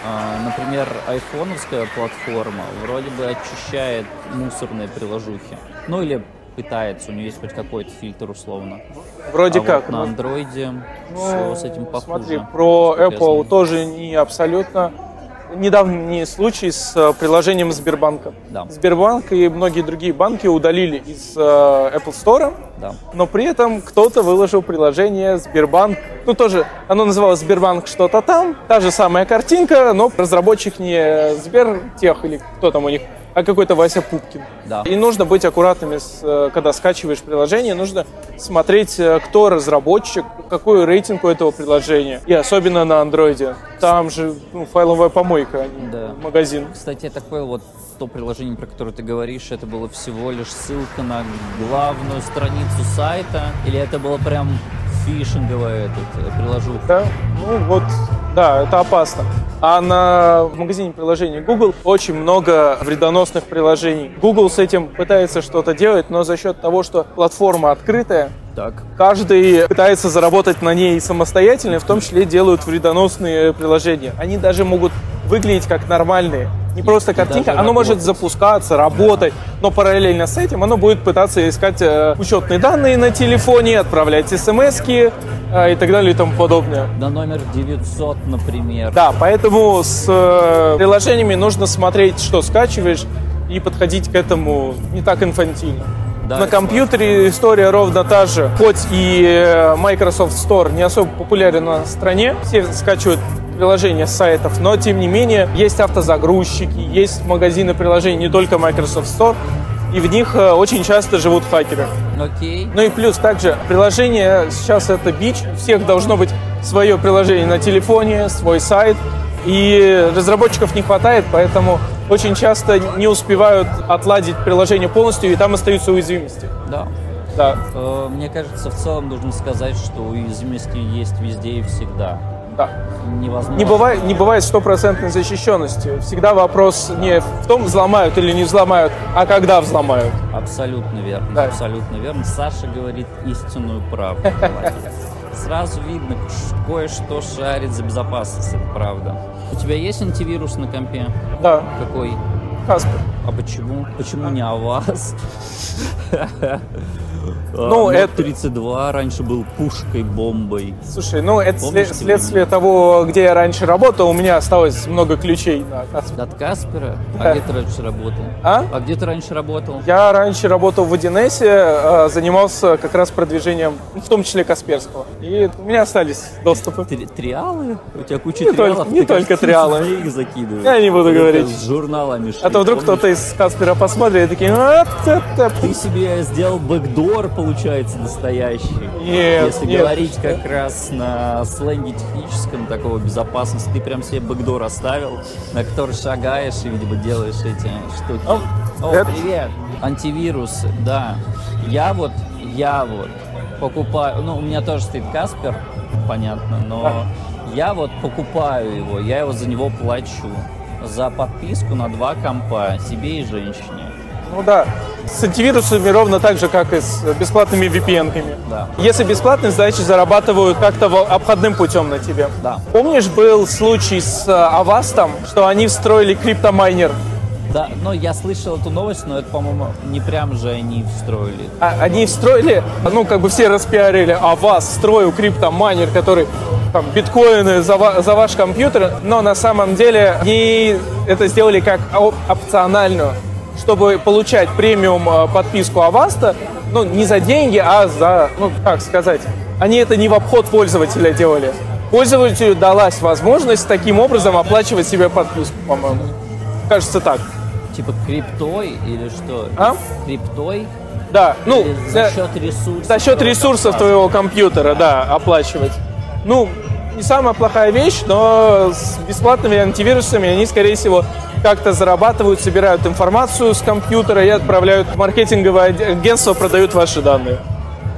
Speaker 3: А, Например, айфоновская платформа вроде бы очищает мусорные приложухи. Ну или пытается, у нее есть хоть какой-то фильтр условно.
Speaker 4: Вроде
Speaker 3: А вот
Speaker 4: как.
Speaker 3: на
Speaker 4: ну,
Speaker 3: андроиде
Speaker 4: ну,
Speaker 3: все с этим похуже.
Speaker 4: Смотри, про
Speaker 3: Соответственно.
Speaker 4: Apple тоже не абсолютно недавний случай с э, приложением Сбербанка.
Speaker 3: Да.
Speaker 4: Сбербанк и многие другие банки удалили из э, Apple Store,
Speaker 3: Да.
Speaker 4: но при этом кто-то выложил приложение Сбербанк. Ну, тоже оно называлось Сбербанк что-то там. Та же самая картинка, но разработчик не Сбертех или кто там у них, а какой-то Вася Пупкин.
Speaker 3: Да.
Speaker 4: И нужно быть аккуратными, с, э, когда скачиваешь приложение, нужно смотреть, э, кто разработчик, какой рейтинг у этого приложения. И особенно на андроиде. Там же ну, файловая помойка, а не
Speaker 3: Да.
Speaker 4: магазин.
Speaker 3: Кстати, я так понял, вот то приложение, про которое ты говоришь, это было всего лишь ссылка на главную страницу сайта, или это было прям фишинговое этот, э, приложуха?
Speaker 4: Да? Ну вот, да, это опасно. А на в магазине приложений Google очень много вредоносных приложений. Google с этим пытается что-то делать, но за счет того, что платформа открытая,
Speaker 3: Так,
Speaker 4: каждый пытается заработать на ней самостоятельно, и в том числе делают вредоносные приложения. Они даже могут выглядеть как нормальные. Не просто
Speaker 3: даже
Speaker 4: картинка, оно может
Speaker 3: работать.
Speaker 4: запускаться, работать, но параллельно с этим оно будет пытаться искать э, учетные данные на телефоне, отправлять смс и так далее и тому подобное.
Speaker 3: на номер 900, например.
Speaker 4: Да, поэтому с э, приложениями нужно смотреть, что скачиваешь, и подходить к этому не так инфантильно.
Speaker 3: Да,
Speaker 4: На
Speaker 3: это
Speaker 4: компьютере история ровно та же. Хоть и э, Microsoft Store не особо популярен на стране, все скачивают приложения с сайтов, но тем не менее есть автозагрузчики, есть магазины приложений не только Microsoft Store, и в них э, очень часто живут хакеры.
Speaker 3: Окей.
Speaker 4: Ну и плюс также приложение сейчас это бич. У всех должно быть свое приложение на телефоне, свой сайт. И разработчиков не хватает, поэтому очень часто не успевают отладить приложение полностью, и там остаются уязвимости.
Speaker 3: Да.
Speaker 4: Да,
Speaker 3: Э, Мне кажется, в целом нужно сказать, что уязвимости есть везде и всегда.
Speaker 4: да.
Speaker 3: Невозможно.
Speaker 4: Не бывает, не бывает стопроцентной защищенности. Всегда вопрос не в том, взломают или не взломают, а когда взломают.
Speaker 3: Абсолютно верно,
Speaker 4: Да.
Speaker 3: абсолютно верно. Саша говорит истинную правду. Молодец. Сразу видно, ш- кое-что шарит за безопасность, это правда. У тебя есть антивирус на компе?
Speaker 4: Да,
Speaker 3: Какой?
Speaker 4: Каспер.
Speaker 3: А почему? Почему не о вас? А,
Speaker 4: Ну, это-
Speaker 3: 32 раньше был пушкой, бомбой.
Speaker 4: Слушай, ну это
Speaker 3: Помнишь
Speaker 4: след-
Speaker 3: те
Speaker 4: следствие того, где я раньше работал, у меня осталось много ключей на Каспер.
Speaker 3: От Каспера? А
Speaker 4: Да.
Speaker 3: где ты раньше работал?
Speaker 4: А?
Speaker 3: А где ты раньше работал?
Speaker 4: Я раньше работал в 1С, э, занимался как раз продвижением, ну, в том числе Касперского. И у меня остались доступы.
Speaker 3: Три- Триалы? У тебя куча
Speaker 4: Не
Speaker 3: триалов.
Speaker 4: только- не
Speaker 3: ты,
Speaker 4: только
Speaker 3: кажется,
Speaker 4: триалы.
Speaker 3: везде их закидываешь.
Speaker 4: Я не буду
Speaker 3: Это
Speaker 4: говорить.
Speaker 3: С журналами шли,
Speaker 4: А то вдруг
Speaker 3: помнишь?
Speaker 4: кто-то из Каспера посмотрит и такие... «А, т- т- т».
Speaker 3: Ты себе сделал бэкдор, получается, настоящий.
Speaker 4: Нет,
Speaker 3: Если
Speaker 4: нет.
Speaker 3: говорить как раз на сленге техническом такого безопасности, ты прям себе бэкдор оставил, на который шагаешь и, видимо, делаешь эти штуки.
Speaker 4: О,
Speaker 3: О,
Speaker 4: это-
Speaker 3: привет! Антивирусы, да. Я вот, я вот покупаю, ну, у меня тоже стоит Каспер, понятно, но я вот покупаю его, я его за него плачу. За подписку на два компа, себе и женщине.
Speaker 4: Ну да, с антивирусами ровно так же, как и с бесплатными VPN-ками.
Speaker 3: Да.
Speaker 4: Если бесплатные, значит, зарабатывают как-то во- обходным путем на тебе.
Speaker 3: Да.
Speaker 4: Помнишь, был случай с э, Avastом, что они встроили криптомайнер?
Speaker 3: Да, но я слышал эту новость, но это, по-моему, не прям же они встроили.
Speaker 4: А, Они встроили, ну, как бы все распиарили, а вас встроил криптомайнер, который там биткоины за, ва- за ваш компьютер, но на самом деле они это сделали как оп- опциональную, чтобы получать премиум э, подписку Аваста, ну, не за деньги, а за, ну, как сказать, они это не в обход пользователя делали. Пользователю далась возможность таким образом оплачивать себе подписку, по-моему. Кажется так.
Speaker 3: Типа криптой или что?
Speaker 4: А?
Speaker 3: Криптой?
Speaker 4: Да, ну,
Speaker 3: Или
Speaker 4: э,
Speaker 3: за счет ресурсов.
Speaker 4: За счет
Speaker 3: твоего
Speaker 4: ресурсов
Speaker 3: компа?
Speaker 4: твоего компьютера, да, оплачивать. Ну, не самая плохая вещь, но с бесплатными антивирусами они, скорее всего, как-то зарабатывают, собирают информацию с компьютера и отправляют в маркетинговое аг- агентство, продают ваши данные.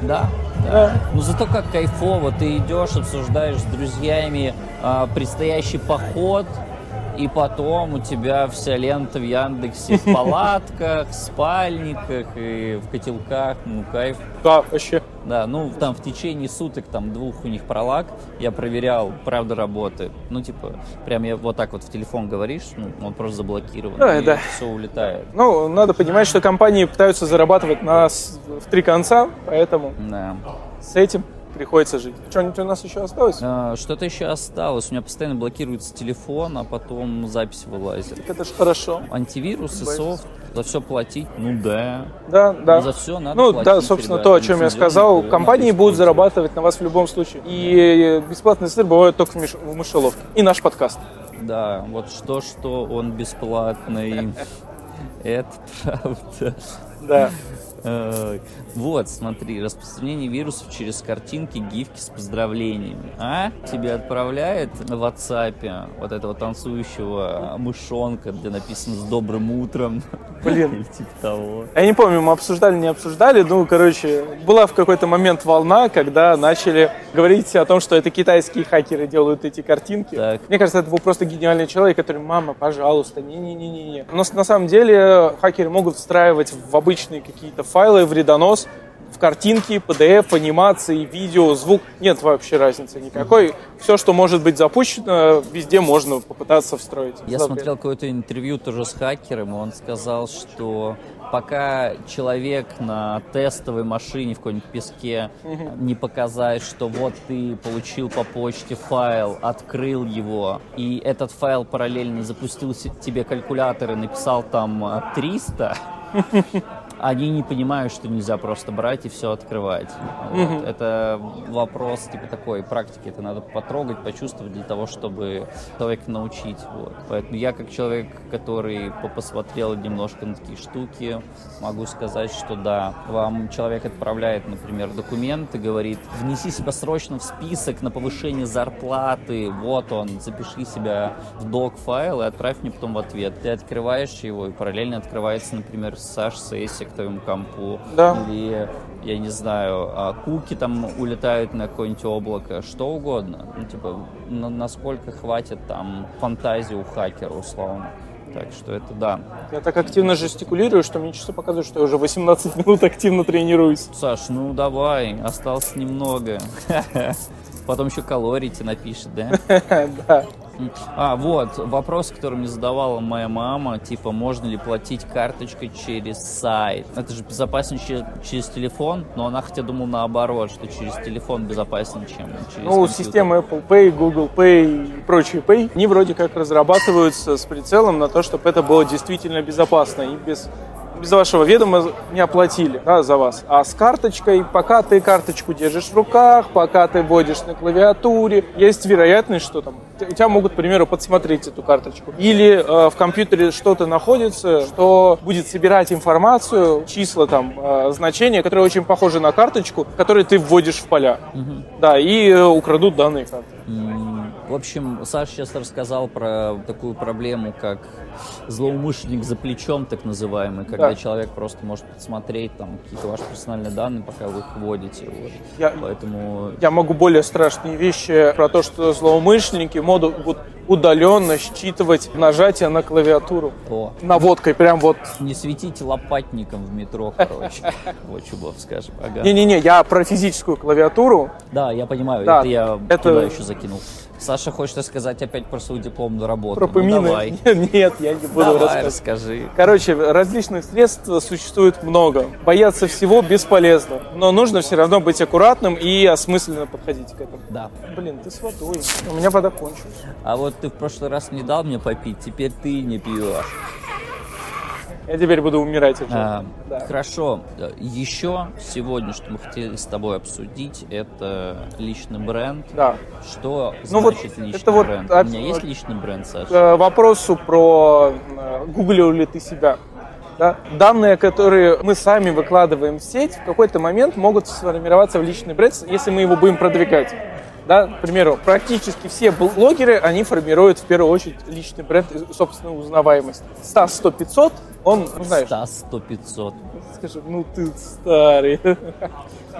Speaker 3: Да. да. Ну зато как кайфово, ты идешь, обсуждаешь с друзьями а, предстоящий поход, и потом у тебя вся лента в Яндексе в палатках, спальниках и в котелках, ну кайф.
Speaker 4: Да, вообще.
Speaker 3: Да, ну там в течение суток, там двух у них пролаг, я проверял, правда работает. Ну, типа, прям я вот так вот в телефон говоришь, ну, он просто заблокирован,
Speaker 4: Да,
Speaker 3: и
Speaker 4: да.
Speaker 3: все улетает.
Speaker 4: Ну, надо понимать, что компании пытаются зарабатывать нас в три конца, поэтому
Speaker 3: Да.
Speaker 4: с этим приходится жить. Что-нибудь у нас еще осталось?
Speaker 3: А, Что-то еще осталось, у меня постоянно блокируется телефон, а потом запись вылазит.
Speaker 4: Это ж хорошо.
Speaker 3: Антивирус и
Speaker 4: Боюсь.
Speaker 3: софт, за все платить, ну да.
Speaker 4: Да, да.
Speaker 3: за всё надо
Speaker 4: Ну
Speaker 3: платить,
Speaker 4: да, собственно,
Speaker 3: ребята,
Speaker 4: то, о чем я
Speaker 3: нецензурно,
Speaker 4: сказал.
Speaker 3: да,
Speaker 4: Компании
Speaker 3: надо
Speaker 4: будут
Speaker 3: использовать.
Speaker 4: зарабатывать на вас в любом случае. И э, бесплатный сыр бывает только в миш- в мышеловке. И наш подкаст.
Speaker 3: Да, вот что, что он бесплатный, это правда.
Speaker 4: Да.
Speaker 3: Э, Вот, смотри, распространение вирусов через картинки, гифки с поздравлениями. А? Тебе отправляет в WhatsApp вот этого танцующего мышонка, где написано «С добрым утром».
Speaker 4: Блин.
Speaker 3: Или типа того.
Speaker 4: Я не помню, мы обсуждали, не обсуждали. Ну, короче, была в какой-то момент волна, когда начали говорить о том, что это китайские хакеры делают эти картинки.
Speaker 3: Так.
Speaker 4: Мне кажется, это был просто гениальный человек, который, мама, пожалуйста, не-не-не-не. Но с- на самом деле хакеры могут встраивать в обычные какие-то файлы вредонос, в картинки, PDF, анимации, видео, звук. Нет вообще разницы никакой. Все, что может быть запущено, везде можно попытаться встроить.
Speaker 3: Я смотрел какое-то интервью тоже с хакером, и он сказал, что пока человек на тестовой машине в какой-нибудь песке не показает, что вот ты получил по почте файл, открыл его, и этот файл параллельно запустил се- тебе калькулятор и написал там э, 300, они не понимают, что нельзя просто брать и все открывать. Вот.
Speaker 4: Мгм.
Speaker 3: Это вопрос типа такой практики. Это надо потрогать, почувствовать для того, чтобы человека научить. Вот. Поэтому я как человек, который по- посмотрел немножко на такие штуки, могу сказать, что да, вам человек отправляет, например, документ и говорит, внеси себя срочно в список на повышение зарплаты, вот он, запиши себя в док-файл и отправь мне потом в ответ. Ты открываешь его, и параллельно открывается, например, Саш сессия к твоему компу.
Speaker 4: Да.
Speaker 3: Или, я не знаю, а, куки там улетают на какое-нибудь облако, что угодно. Ну, типа, на- насколько хватит там фантазии у хакера, условно. Так что это да.
Speaker 4: Я так активно жестикулирую, что мне часы показывают, что я уже 18 минут активно тренируюсь.
Speaker 3: Саш, ну давай, осталось немного. Потом еще калорий тебе напишет, да?
Speaker 4: Да.
Speaker 3: А, вот, вопрос, который мне задавала моя мама, типа, можно ли платить карточкой через сайт? Это же безопаснее че- через, телефон, но она хотя думала наоборот, что через телефон безопаснее, чем через
Speaker 4: Ну,
Speaker 3: компьютер.
Speaker 4: системы Apple Pay, Google Pay и прочие Pay, они вроде как разрабатываются с прицелом на то, чтобы это было действительно безопасно и без без вашего ведома не оплатили да, за вас. А с карточкой, пока ты карточку держишь в руках, пока ты вводишь на клавиатуре, есть вероятность, что там т- у тебя могут, к примеру, подсмотреть эту карточку. Или э, в компьютере что-то находится, что будет собирать информацию, числа там, э, значения, которые очень похожи на карточку, которые ты вводишь в поля.
Speaker 3: Мгм.
Speaker 4: Да, и э, украдут данные карты.
Speaker 3: М, В общем, Саша сейчас рассказал про такую проблему, как злоумышленник за плечом, так называемый, когда
Speaker 4: Да.
Speaker 3: человек просто может подсмотреть там какие-то ваши персональные данные, пока вы их вводите. вот.
Speaker 4: Я,
Speaker 3: Поэтому
Speaker 4: я могу более страшные вещи про то, что злоумышленники могут удаленно считывать нажатие на клавиатуру.
Speaker 3: то
Speaker 4: Наводкой, прям вот.
Speaker 3: не светите лопатником в метро, короче. Вот Чубов, скажем. Ага.
Speaker 4: Не-не-не, я про физическую клавиатуру.
Speaker 3: Да, я понимаю,
Speaker 4: Да,
Speaker 3: это я
Speaker 4: это-
Speaker 3: туда еще закинул. Саша хочет рассказать опять про свою дипломную работу.
Speaker 4: Про
Speaker 3: Ну,
Speaker 4: помины.
Speaker 3: давай.
Speaker 4: Нет, я не буду
Speaker 3: Давай,
Speaker 4: рассказывать.
Speaker 3: расскажи.
Speaker 4: Короче, различных средств существует много. Бояться всего бесполезно. Но нужно все равно быть аккуратным и осмысленно подходить к этому.
Speaker 3: Да.
Speaker 4: Блин, ты с водой. У меня вода кончилась.
Speaker 3: А вот ты в прошлый раз не дал мне попить, теперь ты не пьешь.
Speaker 4: Я теперь буду умирать от
Speaker 3: А,
Speaker 4: жажды. Да.
Speaker 3: Хорошо. Еще сегодня, что мы хотели с тобой обсудить, это личный бренд.
Speaker 4: Да.
Speaker 3: Что
Speaker 4: Ну вот
Speaker 3: значит
Speaker 4: это
Speaker 3: личный
Speaker 4: вот
Speaker 3: бренд? У
Speaker 4: абс-
Speaker 3: меня есть личный бренд, Саша?
Speaker 4: К вопросу про э, гуглил ли ты себя. да, Данные, которые мы сами выкладываем в сеть, в какой-то момент могут сформироваться в личный бренд, если мы его будем продвигать. Да, к примеру, практически все блогеры, они формируют в первую очередь личный бренд и собственную узнаваемость. Стас 100 500, он, ну, знаешь,
Speaker 3: Стас 100-500.
Speaker 4: скажи, ну ты старый.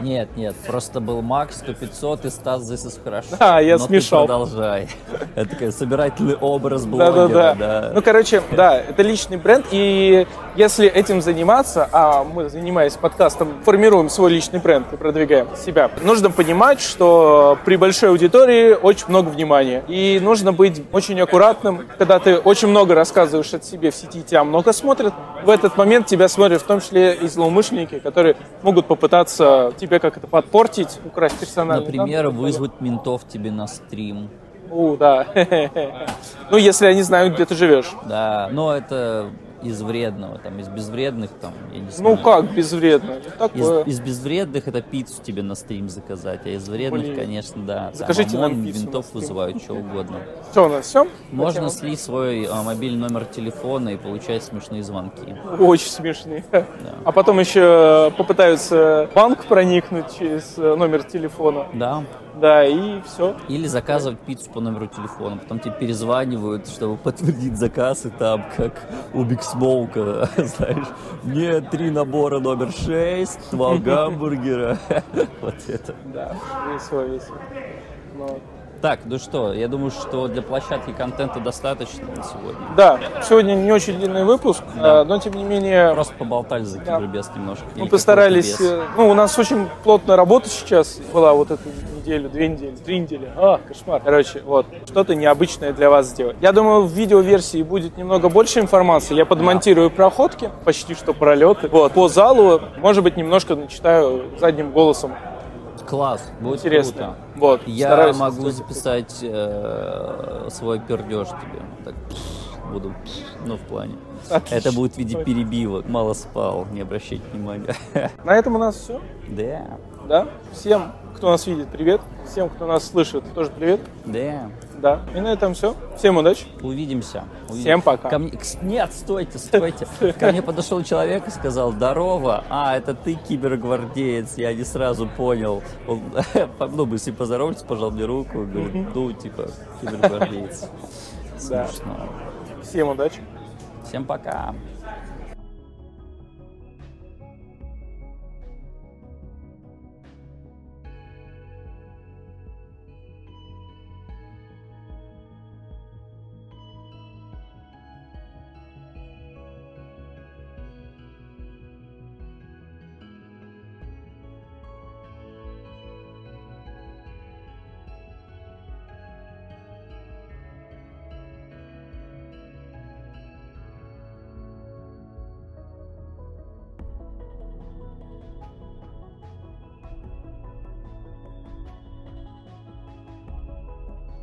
Speaker 3: Нет, нет, просто был Макс 100 500 и Стас This is хорошо.
Speaker 4: Да, я
Speaker 3: Но ты
Speaker 4: смешал.
Speaker 3: продолжай. Это такой собирательный образ блогера, да.
Speaker 4: Да-да-да. Ну, короче, да, это личный бренд, и если этим заниматься, а мы, занимаясь подкастом, формируем свой личный бренд и продвигаем себя, нужно понимать, что при большой аудитории очень много внимания, и нужно быть очень аккуратным, когда ты очень много рассказываешь от себе в сети, тебя много смотрят, в этот момент тебя смотрят в том числе и злоумышленники, которые могут попытаться тебе как-то подпортить, украсть персональные
Speaker 3: Например,
Speaker 4: данные.
Speaker 3: вызвать ментов тебе на стрим.
Speaker 4: У, да. Ну, если они знают, где ты живешь.
Speaker 3: Да, но это из вредного, там, из безвредных, там, я не знаю.
Speaker 4: Ну как безвредно? Ну,
Speaker 3: Из,
Speaker 4: Такое.
Speaker 3: из безвредных это пиццу тебе на стрим заказать, а из вредных,
Speaker 4: Блин.
Speaker 3: конечно, да.
Speaker 4: Закажите
Speaker 3: там, ОМОН,
Speaker 4: нам пиццу на
Speaker 3: винтов
Speaker 4: стрим.
Speaker 3: вызывают, что угодно.
Speaker 4: Что у нас все?
Speaker 3: Можно слить свой а, мобильный номер телефона и получать смешные звонки.
Speaker 4: Очень смешные. А потом еще попытаются в банк проникнуть через э, номер телефона.
Speaker 3: Да,
Speaker 4: Да, и все.
Speaker 3: Или заказывать пиццу по номеру телефона, потом тебе перезванивают, чтобы подтвердить заказ, и там, как у Биг Смоука, знаешь, мне три набора номер шесть, два гамбургера, вот это.
Speaker 4: Да, весело, весело. Ну,
Speaker 3: Так, ну что, я думаю, что для площадки контента достаточно на сегодня.
Speaker 4: Да, сегодня не очень длинный выпуск, э, но тем не менее
Speaker 3: Просто поболтали за кибербес немножко. или
Speaker 4: мы
Speaker 3: какой-то
Speaker 4: постарались.
Speaker 3: бес.
Speaker 4: э, Ну, у нас очень плотная работа сейчас была вот эту неделю, две недели, три недели. А, кошмар. Короче, вот, что-то необычное для вас сделать. Я думаю, в видеоверсии будет немного больше информации. Я подмонтирую проходки, почти что пролеты. Вот, по залу, может быть, немножко начитаю задним голосом.
Speaker 3: Класс, будет
Speaker 4: э, Интересно.
Speaker 3: круто.
Speaker 4: Вот,
Speaker 3: Я
Speaker 4: стараюсь
Speaker 3: могу
Speaker 4: сделать это.
Speaker 3: записать э, свой пердеж тебе. Так, пф, буду, пф, ну, в плане.
Speaker 4: Отлично.
Speaker 3: Это будет в виде перебивок. Мало спал, не обращайте внимания.
Speaker 4: На этом у нас все.
Speaker 3: Да,
Speaker 4: Да. Всем, кто нас видит, привет. Всем, кто нас слышит, тоже привет.
Speaker 3: да.
Speaker 4: Да. И на этом все. Всем удачи.
Speaker 3: Увидимся. Увидимся.
Speaker 4: Всем пока.
Speaker 3: Ко мне... Кс- Нет, стойте, стойте. Ко мне подошел человек и сказал, здорово, а, это ты кибергвардеец, я не сразу понял. Он, ну, мы с ним поздоровались, пожал мне руку, говорит, ну, типа, кибергвардеец.
Speaker 4: Да.
Speaker 3: Смешно.
Speaker 4: Всем удачи.
Speaker 3: Всем пока.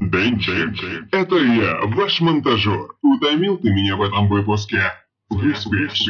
Speaker 5: Денчик, это я, ваш монтажер. Утомил ты меня в этом выпуске. Выспишь.